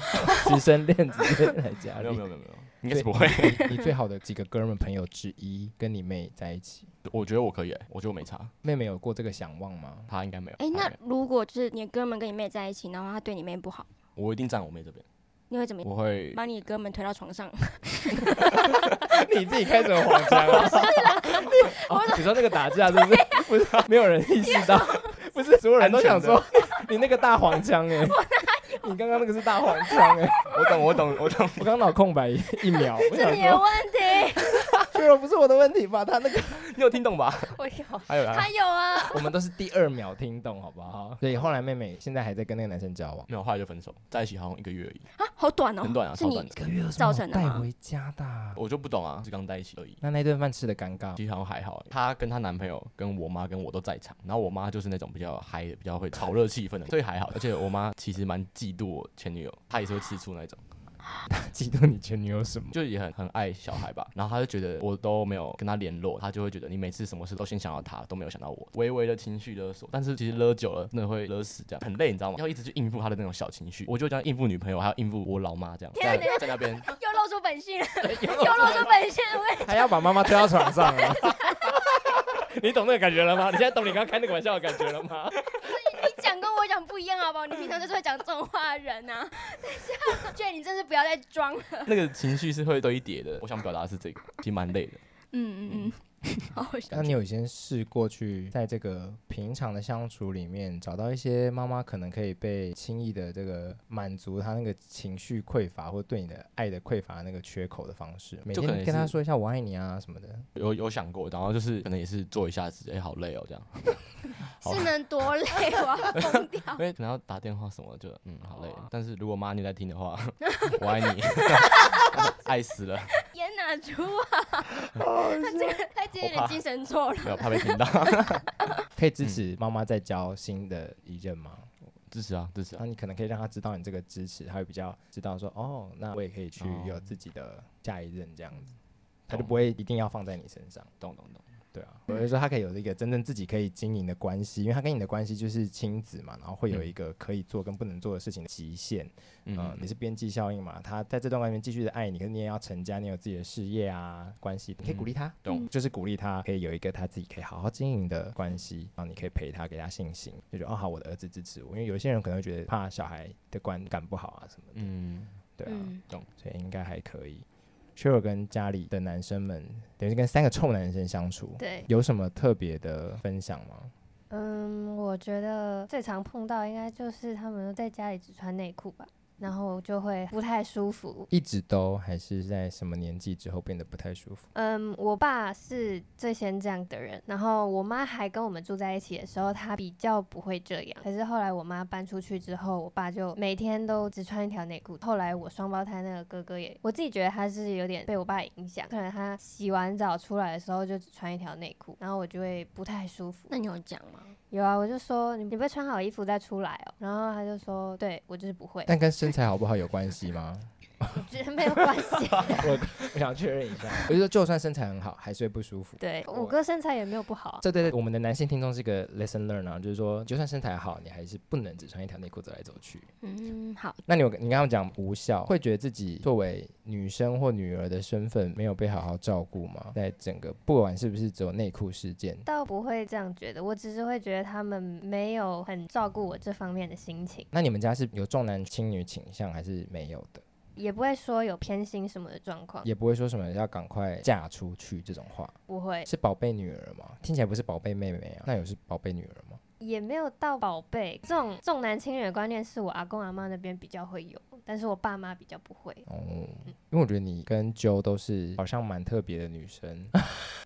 A: 师生恋直接来家
C: 啊 没
A: 里
C: 有没。有没有没有，应该是不会。
A: 你最好的几个哥们朋友之一跟你妹在一起，
C: 我觉得我可以欸，我觉得我没差，
A: 妹妹有过这个想望吗？
C: 他应该没
B: 哎、
C: 有。他
B: 那
C: 应该
B: 如果就是你的哥们跟你妹在一起，然后他对你妹不好，
C: 我一定站我妹这边，
B: 你会怎么样？
C: 我会
B: 把你哥们推到床 上？
A: 你自己开什么黄腔 啊？哦你说那个打 架是不是？不是，没有人意识到， 不是所有人都想说 你那个大黄腔哎，你刚刚那个是大黄腔 哎，
C: 我懂我懂我懂。
A: 我刚脑空白一一秒，我
B: 是
A: 想
B: 你的
A: 说，
B: 问 题，
A: 虽 然不是我的问题吧，他 那个哎
C: 你有听懂吧？
D: 我有
C: 还有啊
B: 他，有 啊。
A: 我们都是第二秒听懂，好不好？所以后来妹妹现在还在跟那个男生交往，
C: 没有，后来就分手，在一起好像一个月而已，
B: 啊，好短哦，
C: 很短啊，
B: 是
C: 超
B: 你
C: 短的。
A: 个月
B: 造成的吗
A: 带回家的啊。
C: 我就不懂啊，是刚在一起而已。
A: 那那顿饭吃的尴尬，
C: 其实好像还好，欸她跟她男朋友、跟我妈、跟我都在场，然后我妈就是那种比较嗨的、比较会炒热气氛的，所以还好。而且我妈其实蛮嫉妒我前女友，她也是会吃醋那一种，
A: 嫉妒你前女友什么？
C: 就也很很爱小孩吧。然后她就觉得我都没有跟她联络，她就会觉得你每次什么事都先想到她，都没有想到我，微微的情绪勒索。但是其实勒久了，真的会勒死，这样很累，你知道吗？要一直去应付她的那种小情绪，我就这样应付女朋友，还要应付我老妈这样，在在那边
B: 又露出本 性了，又露出本性了。
A: 还要把妈妈推到床上啊了。 你懂那个感觉了吗？你现在懂你刚刚开那个玩笑的感觉了 吗？
B: 你讲跟我讲不一样，好不好？你平常就是会讲这种话的人啊。 等一下，娟，你真是不要再装了。
C: 那个情绪是会堆叠的。我想表达的是这个，其实蛮累的。
B: 嗯嗯嗯，好 好笑
A: 那。你有先试过去在这个平常的相处里面，找到一些妈妈可能可以被轻易的这个满足她那个情绪匮乏或对你的爱的匮乏那个缺口的方式？每
C: 就可能
A: 天跟她
C: 是
A: 说一下我爱你啊什么的。
C: 有有想过，然后就是可能也是做一下子，哎、好累哦，这样，好
B: 是能多累，我 要疯掉。
C: 因哎为可能要打电话什么，就嗯，好累。但是如果妈你在听的话，我爱你， 爱死了，
B: 天哪，猪啊！ 他这个他今天有点精神错了。
C: 没有怕被听到，
A: 可以
C: 嗯
A: 支持妈妈在交新的一任吗？
C: 支持啊，支持啊
A: 那，你可能可以让她知道你这个支持，她会比较知道说，哦，那我也可以去
C: 哦
A: 有自己的下一任这样子，她就
C: 懂
A: 不会一定要放在你身上。
C: 懂懂懂，
A: 对啊，我就说他可以有一个真正自己可以经营的关系，因为他跟你的关系就是亲子嘛，然后会有一个可以做跟不能做的事情的极限。
C: 嗯
A: 嗯，你是边际效应嘛，他在这段关系里面继续的爱你，可是你也要成家，你有自己的事业啊，关系，你可以鼓励他，嗯
C: 懂
A: 就是鼓励他可以有一个他自己可以好好经营的关系，然后你可以陪他，给他信心，就觉得哦好，我的儿子支持我，因为有些人可能会觉得怕小孩的观感不好啊什么的，
C: 嗯，
A: 对啊，
B: 嗯，
A: 所以应该还可以。Cheryl 跟家里的男生们，等于是跟三个臭男生相处，
D: 对，
A: 有什么特别的分享吗？
D: 嗯，我觉得最常碰到应该就是他们在家里只穿内裤吧，然后就会不太舒服。
A: 一直都还是在什么年纪之后变得不太舒服？
D: 嗯，我爸是最先这样的人，然后我妈还跟我们住在一起的时候，她比较不会这样。可是后来我妈搬出去之后，我爸就每天都只穿一条内裤。后来我双胞胎那个哥哥也，我自己觉得他是有点被我爸影响，可能他洗完澡出来的时候就只穿一条内裤，然后我就会不太舒服。
B: 那你有讲吗？
D: 有啊，我就说你你不会穿好衣服再出来哦，然后他就说，对我就是不会，
A: 但跟身材好不好有关系吗？
D: 我觉得没有关 系。
A: 我想确认一下。我就说，就算身材很好，还是会不舒服。
D: 对，五哥身材也没有不好啊，
A: 这对我们的男性听众是一个 lesson learn 啊，就是说，就算身材好，你还是不能只穿一条内裤走来走去。
B: 嗯，好，
A: 那你有你刚刚讲无效，会觉得自己作为女生或女儿的身份没有被好好照顾吗？在整个不管是不是只有内裤事件，
D: 倒不会这样觉得，我只是会觉得他们没有很照顾我这方面的心情，
A: 那你们家是有重男轻女倾向还是没有的？
D: 也不会说有偏心什么的状
B: 啊
D: 况，
A: 也不会说什么要赶快嫁出去这种话。
D: 不
B: 哎
D: 会，
A: 是宝贝女儿吗？听起来不是宝贝妹妹啊，那有是宝贝女儿吗？
D: 也没有到宝贝这种重男轻女的观念，是我阿公阿妈那边比较会有，但是我爸妈比较不会。
A: 哦，因为我觉得你跟 Jo 都是好像蛮特别的女 生，因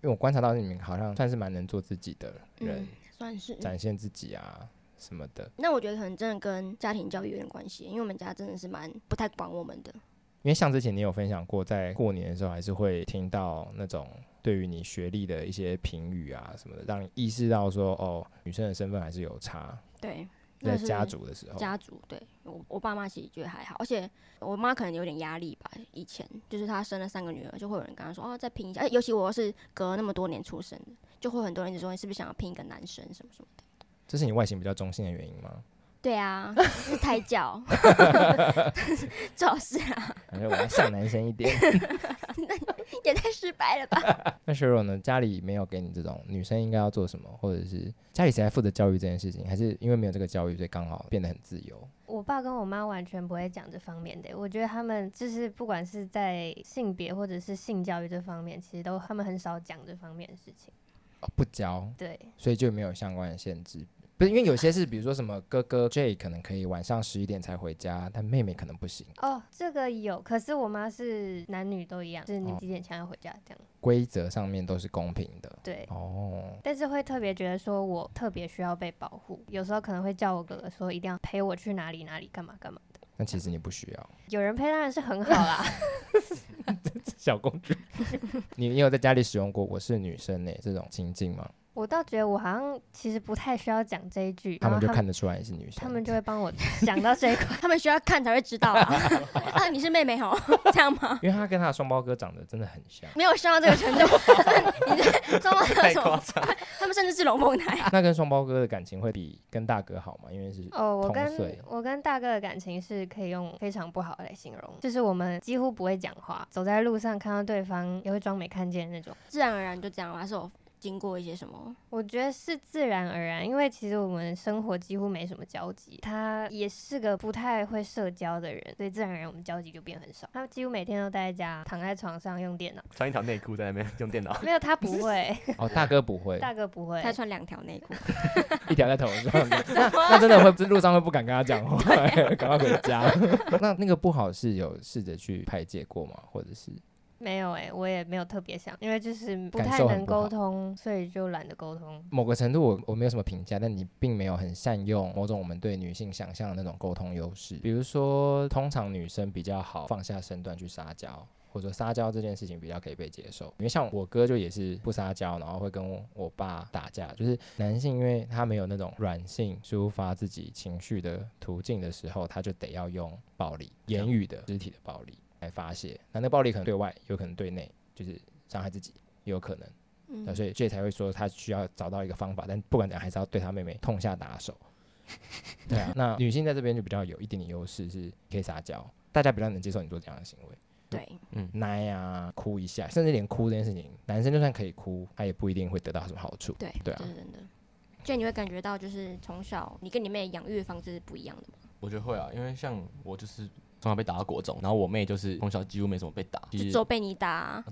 A: 为我观察到你们好像算是蛮能做自己的人，
B: 嗯，算是。
A: 展现自己啊什么的。
B: 那我觉得可能真的跟家庭教育有点关系，因为我们家真的是蛮不太管我们的。
A: 因为像之前你有分享过，在过年的时候还是会听到那种对于你学历的一些评语啊什么的，让你意识到说哦，女生的身份还是有差。
B: 对，
A: 在
B: 那是
A: 家族的哦时候，
B: 家族对我我爸妈其实觉得还好，而且我妈可能有点压力吧。以前就是她生了三个女儿，就会有人跟她说哦，再拼一下。哎、尤其我是隔那么多年出生的，就会很多人一直说你是不是想要拼一个男生什么什么的。
A: 这是你外形比较中性的原因吗？
B: 对 啊，是胎 教，最好是啊，
A: 反正我要像男生一点。
B: 也太失败了吧？
A: 那 Cheryl 呢？家里没有给你这种女生应该要做什么，或者是家里谁来负责教育这件事情，还是因为没有这个教育，所以刚好变得很自由？
D: 我爸跟我妈完全不会讲这方面的，我觉得他们就是不管是在性别或者是性教育这方面，其实都他们很少讲这方面的事情。
A: 哦不教，
D: 对，
A: 所以就没有相关的限制。不是因为有些是，比如说什么哥哥 J 可能可以晚上十一点才回家，但妹妹可能不行。
D: 哦，这个有，可是我妈是男女都一样，就是你
A: 哦
D: 几点前要回家这样。
A: 规则上面都是公平的。
D: 对，
A: 哦，
D: 但是会特别觉得说我特别需要被保护，有时候可能会叫我哥哥说一定要陪我去哪里哪里干嘛干嘛的。
A: 那其实你不需要
D: 有人陪当然是很好啦，
A: 小公主。 你你有在家里使用过“我是女生、呢这种情境吗？
D: 我倒觉得我好像其实不太需要讲这一句，
A: 他们就
D: 然后
A: 看得出来你是女生。
D: 啊他们就会帮我 想到这一块。
B: 他们需要看才会知道啊。 啊，你是妹妹哦，这样吗？
A: 因为他跟他的双胞哥长得真的很像。
B: 没有上到这个程度， 你这双胞胎有
C: 太
B: 什
C: 夸
B: 么？
C: 张，
B: 他们甚至是龙凤胎。
A: 那跟双胞哥的感情会比跟大哥好吗？因为是
D: 哦，我
A: 同
D: 跟
A: 岁
D: 我跟大哥的感情是可以用非常不好来形容，就是我们几乎不会讲话，走在路上看到对方也会装没看见那种。
B: 自然而然就这样了，还是我经过一些什么？
D: 我觉得是自然而然，因为其实我们生活几乎没什么交集，他也是个不太会社交的人，所以自然而然我们交集就变很少。他几乎每天都待在家，躺在床上用电脑，
C: 穿一条内裤在那边用电脑，
D: 没有他不 会，
A: 哦，大哥不会，
D: 大哥不会，
B: 他穿两条内裤，
A: 一条在头上， 那那真的会路上会不敢跟他讲话， 赶快回家。那那个不好是有试着去排解过吗？或者是
D: 没有哎、我也没有特别想，因为就是不
A: 感
D: 太
A: 受很
D: 能
A: 不好
D: 沟通，所以就懒得沟 通。
A: 某个程度我我没有什么评价，但你并没有很善用某种我们对女性想象的那种沟通优势，比如说通常女生比较好放下身段去撒娇。或者说撒娇这件事情比较可以被接受，因为像我哥就也是不撒娇，然后会跟我我爸打架。就是男性，因为他没有那种软性抒发自己情绪的途径的时候，他就得要用暴力、言语的、肢体的暴力来发泄。那那暴力可能对外，有可能对内，就是伤害自己，也有可能。对，
B: 嗯，
A: 所以这才会说他需要找到一个方法，但不管怎样还是要对他妹妹痛下打手。对啊，那女性在这边就比较有一点点优势，是可以撒娇，大家比较能接受你做这样的行为，
B: 对，
A: 奶啊，哭一下，甚至连哭这件事情，男生就算可以哭，他也不一定会得到什么好处。
B: 对，
A: 对啊
B: 这是真的。就你会感觉到，就是从小你跟你妹养育的方式是不一样的嘛。
C: 我觉得会啊，因为像我就是从小被打到国中，然后我妹就是从小几乎没怎么被打，
B: 就
C: 其
B: 只有
C: 实
B: 被你打、啊，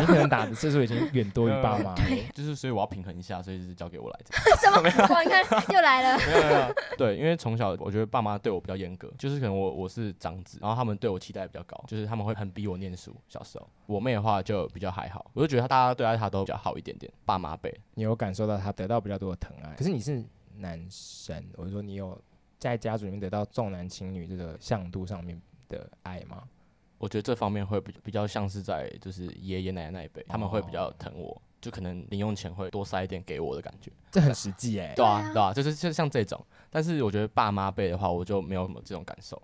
A: 你可能打的次数已经远多于爸妈了。
C: 就是所以我要平衡一下，所以就是交给我来这样。
B: 什么？哇，你看又来了。
C: 没有没有没有， 对，因为从小我觉得爸妈对我比较严格，就是可能我我是长子，然后他们对我期待比较高，就是他们会很逼我念书。小时候，我妹的话就比较还好，我就觉得大家对待她都比较好一点点，爸妈辈。
A: 你有感受到他得到比较多的疼爱，可是你是男生，我是说你有在家族里面得到重男轻女这个向度上面的爱吗？
C: 我觉得这方面会比比较像是在就是爷爷奶奶那一辈，他们会比较疼我，就可能零用钱会多塞一点给我的感觉。
A: 这很实际哎、
C: 对
B: 对
C: 啊
B: 啊，
C: 对啊，就是就像这种，但是我觉得爸妈辈的话，我就没有什么这种感受，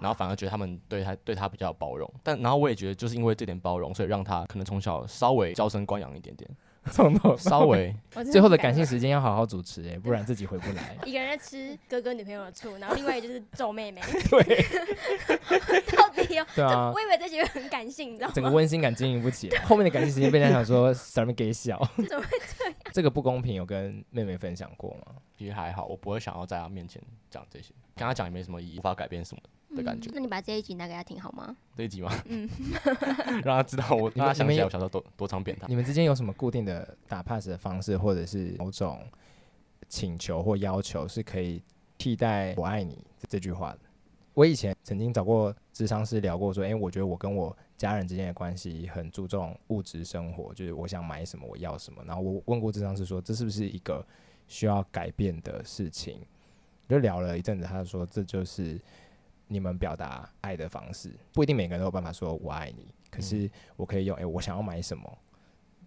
C: 然后反而觉得他们对他对他比较包容，但然后我也觉得就是因为这点包容，所以让他可能从小稍微娇生惯养一点 点，
A: 从头
C: 稍微
B: 我真
A: 最后的
B: 不
A: 感
B: 敢。
A: 性时间要好好主持、欸，不然自己回不来
B: 一个人在吃哥哥女朋友的醋，然后另外一个就是揍妹妹。
A: 对
B: 到底有？
A: 对啊
B: 我，以为这些很感性，你知道
A: 整个
B: 吗？
A: 温馨感经营不起来。后面的感性时间被人家想说什么给小，
B: 怎么会这样？
A: 这个不公平有跟妹妹分享过吗？
C: 其实还好，我不会想要在他面前讲这些，跟他讲也没什么意义，无法改变什么的感觉。
B: 嗯那你把这一集拿给他听好吗？
C: 这一集吗？ 让他知道我，让他想
A: 嗯 你们
C: 起
A: 有
C: 来我小时候多多常扁他。
A: 你们之间有什么固定的打 pass 的方式，或者是某种请求或要求是可以替代“我爱你”这句话的？我以前曾经找过智商师聊过，说，诶，我觉得我跟我家人之间的关系很注重物质生活，就是我想买什么，我要什么。然后我问过智商师说，这是不是一个需要改变的事情？就聊了一阵子，他就说这就是你们表达爱的方式，不一定每个人都有办法说我爱你，可是我可以用诶，我想要买什么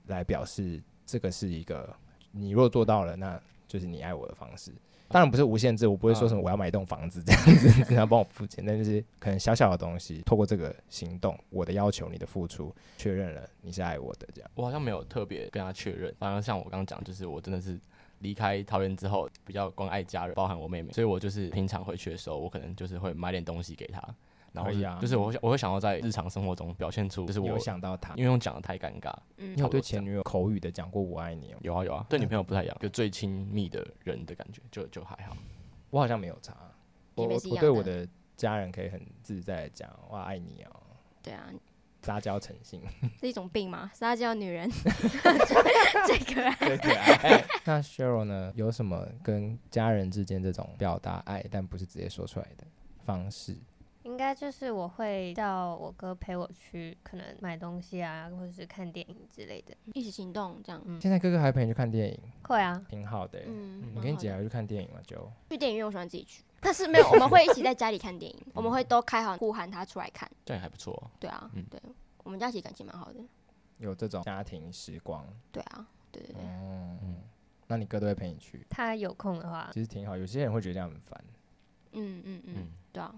A: 来表示这个是一个你若做到了，那就是你爱我的方式。当然不是无限制，我不会说什么我要买一栋房子这样子， 你要帮我付钱，但就是可能小小的东西，透过这个行动，我的要求，你的付出，确认了你是爱我的这样。
C: 我好像没有特别跟他确认，反而像我刚刚讲，就是我真的是离开桃园之后，比较关爱家人，包含我妹妹，所以我就是平常回去的时候，我可能就是会买点东西给她，然后
A: 可以啊
C: 就是我会想我会想要在日常生活中表现出，就是
A: 你
C: 我
A: 有，想到他，
C: 因为我讲的太尴尬，
B: 嗯
A: 你有对前女友口语的讲过我爱你哦？
C: 有啊有啊，对女朋友不太一样，就最亲密的人的感觉，就就还好。
A: 我好像没有查，我
B: 你们
A: 我
B: 是一
A: 我
B: 样
A: 对
B: 的
A: 我的家人可以很自在地讲我爱你哦，
B: 对啊，
A: 撒娇成性。
B: 是一种病吗？撒娇女人， 最可爱。
C: 最可爱，
A: 那 Cheryl 呢，有什么跟家人之间这种表达爱但不是直接说出来的方式？
D: 应该就是我会叫我哥陪我去，可能买东西啊，或者是看电影之类的。
B: 一起行动这样。
A: 现在哥哥还陪你去看电影，
D: 会啊，
A: 挺好的欸。
B: 嗯，
A: 你
B: 蛮
A: 跟你
B: 好
A: 姐
B: 的
A: 还去看电影了，就
B: 去电影院，我喜欢自己去，但是没有，我们会一起在家里看电影，我们会都开好呼喊他出来看。
C: 这样也还不错哦、
B: 对啊
C: 嗯，
B: 对，我们家其实感情蛮好的。
A: 有这种家庭时光。
B: 对啊，对对对，
A: 嗯，那你哥都会陪你去，
D: 他有空的
B: 啊
D: 话，
A: 其实挺好。有些人会觉得这样很烦，
B: 嗯嗯嗯
C: 嗯，
B: 对啊，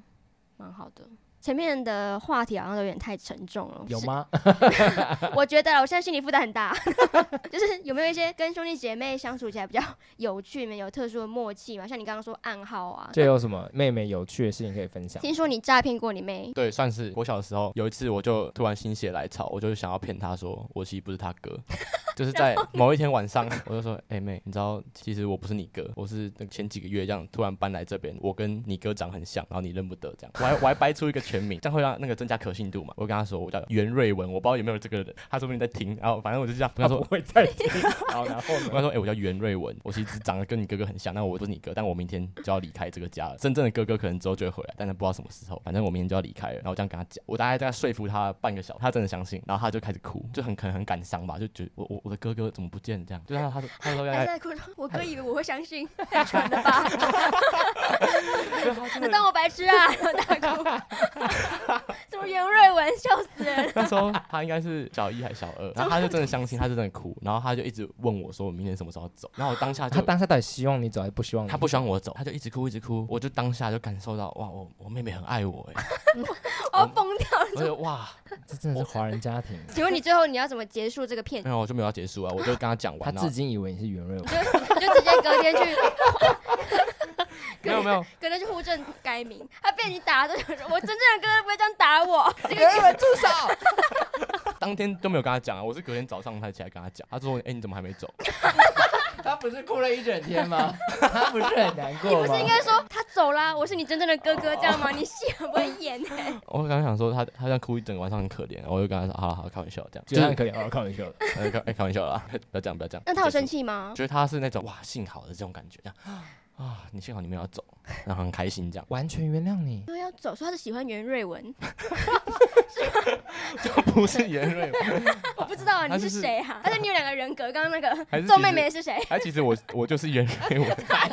B: 蛮好的。前面的话题好像都有点太沉重了，
A: 有吗？
B: 是？ 我觉得啦我现在心理负担很大， 就是有没有一些跟兄弟姐妹相处起来比较有趣、你们有特殊的默契嘛？像你刚刚说暗号啊，
A: 这有什么妹妹有趣的事情可以分 享？
B: 听说你诈骗过你妹，
C: 对，算是我小时候有一次，我就突然心血来潮，我就想要骗他说我其实不是他哥， 就是在某一天晚上，我就说：“哎、妹，你知道其实我不是你哥，我是那个前几个月这样突然搬来这边，我跟你哥长很像，然后你认不得这样。”我还我还掰出一个全名，这样会让那个增加可信度嘛？我跟他说我叫袁瑞文，我不知道有没有这个人，他说不定在听。然后反正我就这样跟他
A: 他
C: 说
A: 不。会再听。好，然后
C: 我跟他
A: 呢？
C: 说：“哎、我叫袁瑞文，我其实长得跟你哥哥很像，但我不是你哥，但我明天就要离开这个家了。真正的哥哥可能之后就会回来，但他不知道什么时候，反正我明天就要离开了。”然后我这样跟他讲，我大概在说服他半个小时，他真的相信，然后他就开始哭，就很可能很感伤吧，就觉得我我我的哥哥怎么不见了这样？就他他说他
A: 哎
C: 说
B: 还
C: 在
B: 在哭说，我哥以为我会相信，太蠢了吧？他当我白痴啊！ 大哭， 什么袁瑞文，笑死人！
C: 那时候他应该是小一还是小二，然后他就真的相信，他就真的哭，然后他就一直问我说我明天什么时候要走，然后我当下就
A: 他当下到底希望你走还是不希望你？
C: 他不希望我走，他就一直哭一直哭，我就当下就感受到哇，我我妹妹很爱 我哎，
B: 我要疯掉了！
C: 我就哇，
A: 这真的是华人家庭。
B: 请问你最后你要怎么结束这个骗局
C: 没？有我就没有要结束啊， 我就跟他讲
A: 他
C: 完了
A: 至，今以为你是袁瑞文，
B: 就就直接隔天去，
C: 没有没有，
B: 隔天去户政改名，他被你打的，我真正的哥哥不会这样打我。这
C: 袁
B: 个
C: 瑞文住手，当天都没有跟他讲啊，我是隔天早上才起来跟他讲，他说哎你怎么还没走？
A: 他不是哭了一整天 吗？他不是很难
B: 你不是应该说他走啦，我是你真正的哥哥，这样吗？你戏很不会 演欸
C: 我刚刚想说他他这样哭一整个晚上很可怜，然后我就跟他说好了好了开玩笑这样，
A: 就很可怜，我开玩笑的。，
C: 呃开 哎开玩笑啦，不要这样不要这样，
B: 那他有
C: 结束
B: 生气吗？
C: 觉得他是那种哇，幸好的这种感觉，这样啊，你幸好你没有要走，然后很开心 这样
A: 完全原谅你，
B: 因为要走，所以他是喜欢袁瑞文。
C: 就不是袁瑞文，
B: 我不知道啊
C: 他
B: 你
C: 就是是
B: 谁啊？而且你有两个人格，刚刚那
C: 还
B: 个
C: 是其
B: 做妹
C: 实
B: 妹是谁？
C: 哎，其实我我就是袁瑞文，
B: 啊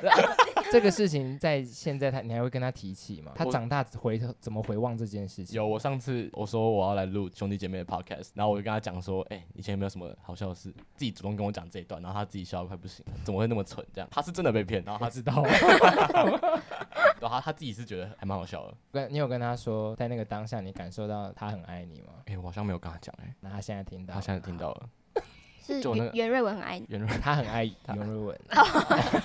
A: 这个事情在现在他你还会跟他提起吗？他
C: 我
A: 长大回头怎么回望这件事情？
C: 有我上次我说我要来录兄弟姐妹的 podcast，然后我就跟他讲说，哎、以前有没有什么好笑的事？自己主动跟我讲这一段，然后他自己笑到快不行，怎么会那么蠢这样？他是真的被骗，然后
A: 他
C: 他
A: 知 道。
C: 然后他他自己是觉得还蛮好笑的，
A: 跟你有跟他说，在那个当下你感受到他很爱你吗？
C: 哎、我好像没有跟他讲，哎，
A: 那他现在听到，
C: 他现在听到了，
B: 是
C: 就我那
B: 袁
C: 个
B: 袁瑞文很爱你。
C: 袁瑞文
A: 他很爱袁瑞文。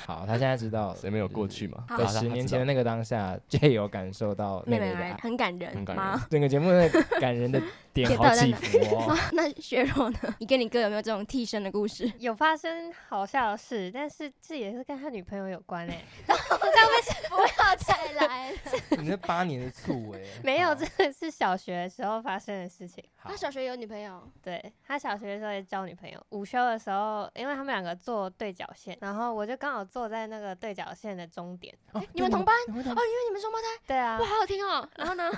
A: 好，他现在知道了。
C: 谁没有过去嘛？
B: 好
A: 在
C: 然后他
A: 十年前的
C: 他
A: 那
C: 知
A: 个当下，就有感受到妹妹
B: 妹妹啊
A: 的
B: 来
A: 爱。
B: 很感人
C: 很感人
B: 吗？
A: 整个节目的感人的点
B: 点
A: 好
B: 到在
A: 起
B: 哪
A: 伏 哦。
B: 那雪柔呢？你跟你哥有没有这种替身的故事？
D: 有发生好笑的事，但是这也是跟他女朋友有关哎、 这样 被
B: 不要再 来！
A: 你这八年的醋哎，
D: 没
B: 嗯
D: 有，
A: 好
D: 这个是小学的时候发生的事情。
A: 好
B: 他小学有女朋友，
D: 对他小学的时候也交女朋友，午休的时候，因为他们两个坐对角线，然后我就刚好坐在那个对角线的终点。
A: 哦
B: 你们同班
A: 你们
B: 哦，因
A: 同
B: 为你们双胞胎，
D: 对啊
B: 哇，，好好听哦。然后呢，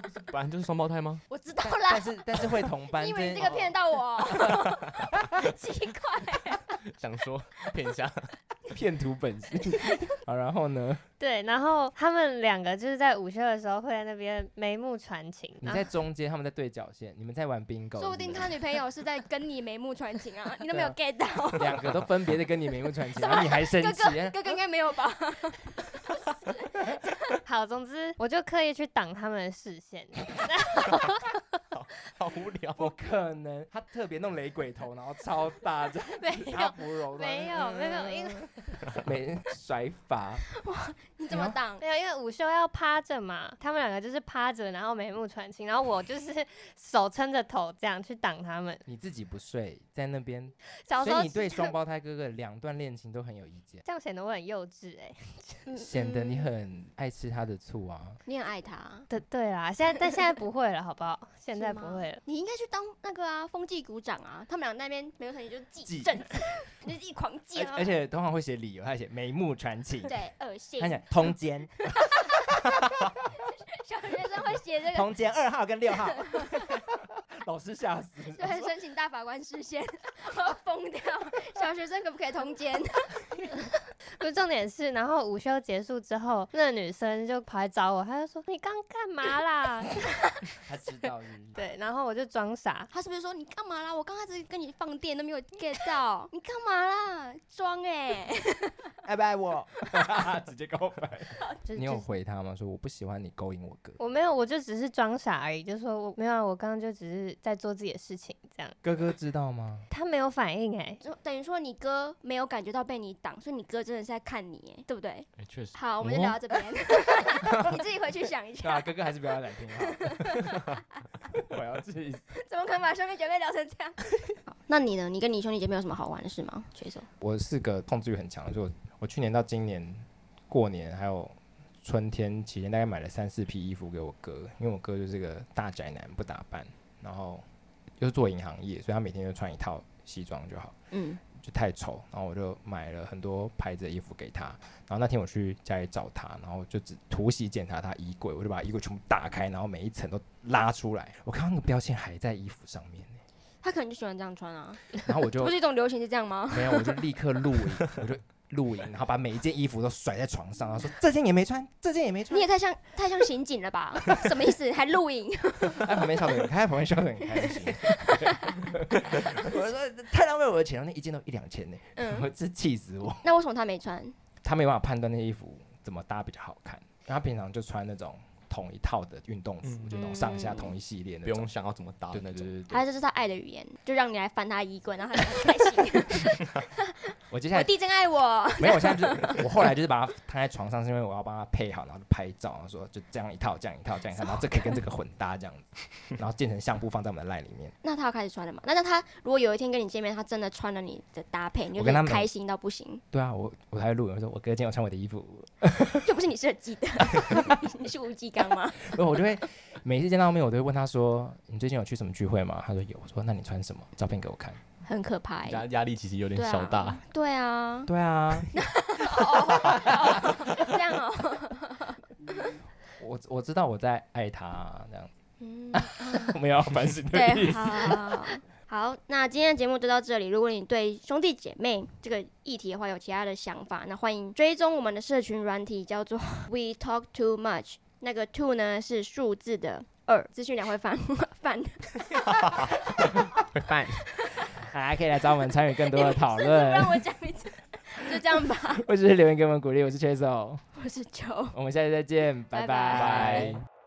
C: 道本来就是双胞胎吗？
B: 我知道
A: 但
B: 哦啦
A: 但，是但是会同班，
B: 你以为你这个骗得到我？ 奇怪，
C: 想说 骗一下，
A: 骗徒哦本性。 好，然后
B: 啊
A: 呢？
D: 对，然后他们两个就是在午休的时候会在那边眉目传情。
A: 你在中间，他们在对角线，你们在玩 bingo，
B: 说不定他
A: 是
B: 女朋友是在跟你眉目传情 啊，你都没有
A: 对
B: get 到。
A: 不是两个都分别的跟你眉目 传情，然后你还生
B: 哥
A: 气，哎
B: 哥，哥哥应该没有 吧？
D: 好，总之我就刻意去挡他们的视线。
C: 好无聊
A: 不可能，他特别弄雷鬼头，然后超大， 这样
D: 没
A: 阿
D: 有，
A: 芙蓉
D: 没有，没有，因为
A: 没甩法，
B: 你怎么挡？
D: 没有，因为午休要趴着嘛，他们两个就是趴着，然后眉目传情，然后我就是 手撑着头这样去挡他们。
A: 你自己不睡在那边，
D: 小
A: 所
D: 时候
A: 以你对 双胞胎哥哥两段恋情都很有意见，
D: 这样显得我很幼稚哎、
B: 嗯
A: 显得你很爱吃他的醋啊。
B: 你很爱他，
D: 对对啦，现在但现在不会了，好不 好？现在不
B: 是吗
D: 会了。
B: 你应该去当那个啊，风纪股长啊。他们俩那边没有成绩就记
A: 记
B: 一阵子，你 就一狂记
A: 而
B: 啊。
A: 而且通常会写理由，他写眉目传情，
B: 对恶性
A: 他，写通奸，
B: 小学生会写 这个，
A: 通奸二号跟六号， 老师吓死。
B: 就会申请大法官视线， 我要疯掉。小学生可不可以通奸？
D: 不是重点是，然后午休结束之后，那个女生就跑来找我，她就说：“你刚干嘛 啦
A: 他知道是不是？”
D: 对，然后我就装傻，
B: 他是不是说你干嘛啦？我刚开始跟你放电都没有 get 到， 你干嘛啦？装哎、
A: 爱不爱我？ 直接告 白。
D: 就
A: 你
D: 就
A: 有
D: 是
A: 回他吗？说我不喜欢你勾引我哥，
D: 我没有，我就只是装傻而已，就说我没有啊，我刚刚就只是在做自己的事情，这样。
A: 哥哥知道吗？
D: 她没有反应哎、
B: 就等于说你哥没有感觉到被你挡，所以你哥真的是在看你、哎，对不对？
C: 哎，确实。
B: 好，我们 就聊到这边，你自己回去想一
A: 对啊，
B: 下。
A: 哥哥还是不要来听好了。 我要气死！
B: 怎么可能把兄弟姐妹聊成这样？ 好那你呢？你跟你兄弟姐妹有什么好玩的事吗？学手
A: 我是个控制欲很强的，所以我我去年到今年过年还有春天期间，大概买了三四批衣服给我哥，因为我哥就是个大宅男，不打扮，然后又是做银行业，所以他每天就穿一套西装就好。
B: 嗯，
A: 就太丑，然后我就买了很多牌子的衣服给他。然后那天我去家里找他，然后就只突袭检查他衣柜，我就把衣柜全部打开，然后每一层都拉出来。我看到那个标签还在衣服上面 呢，
B: 他可能就喜欢这样穿啊，
A: 然后我就
B: 不是一种流行是这样吗？
A: 没有，我就立刻录影，我就录影，然后把每一件衣服都甩在床上，然后说这件也没穿，这件也没穿
B: 你。也太像太像刑警了吧？ 什么意思？还录影？
A: 在旁边笑得很开，旁边笑得很开 心。我说太浪费我的钱了，那一件都一两千呢，
B: 嗯
A: 我真气死我。
B: 那为什么他没穿？
A: 他没办法判断那衣服怎么搭比较好看，因为他平常就穿那种同一套的运动服，
C: 嗯
A: 就那种上下同一系列那
C: 不
A: 种。啊
C: 用想要怎么搭
A: 对
C: 那
A: 对
C: 种。
A: 对对
B: 还
A: 对，
B: 是这是他爱的语言，就让你来翻他衣柜，然后他就很开心。
A: 我接下
B: 我
A: 来
B: 弟真爱我，
A: 没有，我现在就是我后来就是把它摊在床上，是因为我要帮他配好，然后就拍照，然后说就这样一套，这样一套，这样一套，然后这可以跟这个混搭这样子，然后建成相簿放在我们的 line 里面。
B: 那他要开始穿了嘛？那那他如果有一天跟你见面，他真的穿了你的搭配，你就
A: 我跟他们
B: 开心到不行，
A: 对啊，我我还会录影我说我哥今天有穿我的衣服，
B: 又不是你设计的，你是吴继刚吗？
A: 然后我就会每次见到面，我都会问他说你最近有去什么聚会吗？他说有，我说那你穿什么？照片给我看。
B: 很可怕、
C: 压
B: 欸。
C: 压力其实有点
B: 对
C: 小大，
B: 啊，对啊，
A: 对啊，
B: 这样哦、
A: 我我知道我在爱他、啊这样
B: 嗯，
A: 子，没有反省的意
B: 对，
A: 思。
B: 好。好，那今天的节目就到这里。如果你对兄弟姐妹这个议题的话有其他的想法，那欢迎追踪我们的社群软体，叫做 We Talk Too Much。那个 two 呢是数字的二，资讯两会翻 翻。
A: 饭， 还可以来找我们参与更多的讨
B: 是不 是不
A: 论，
B: 让我讲一次，就这样吧。
A: 或者是留言给我们鼓励。我是 Chase，
B: 我是球。
A: 我们下期再见，拜
B: 拜
A: 拜
C: 拜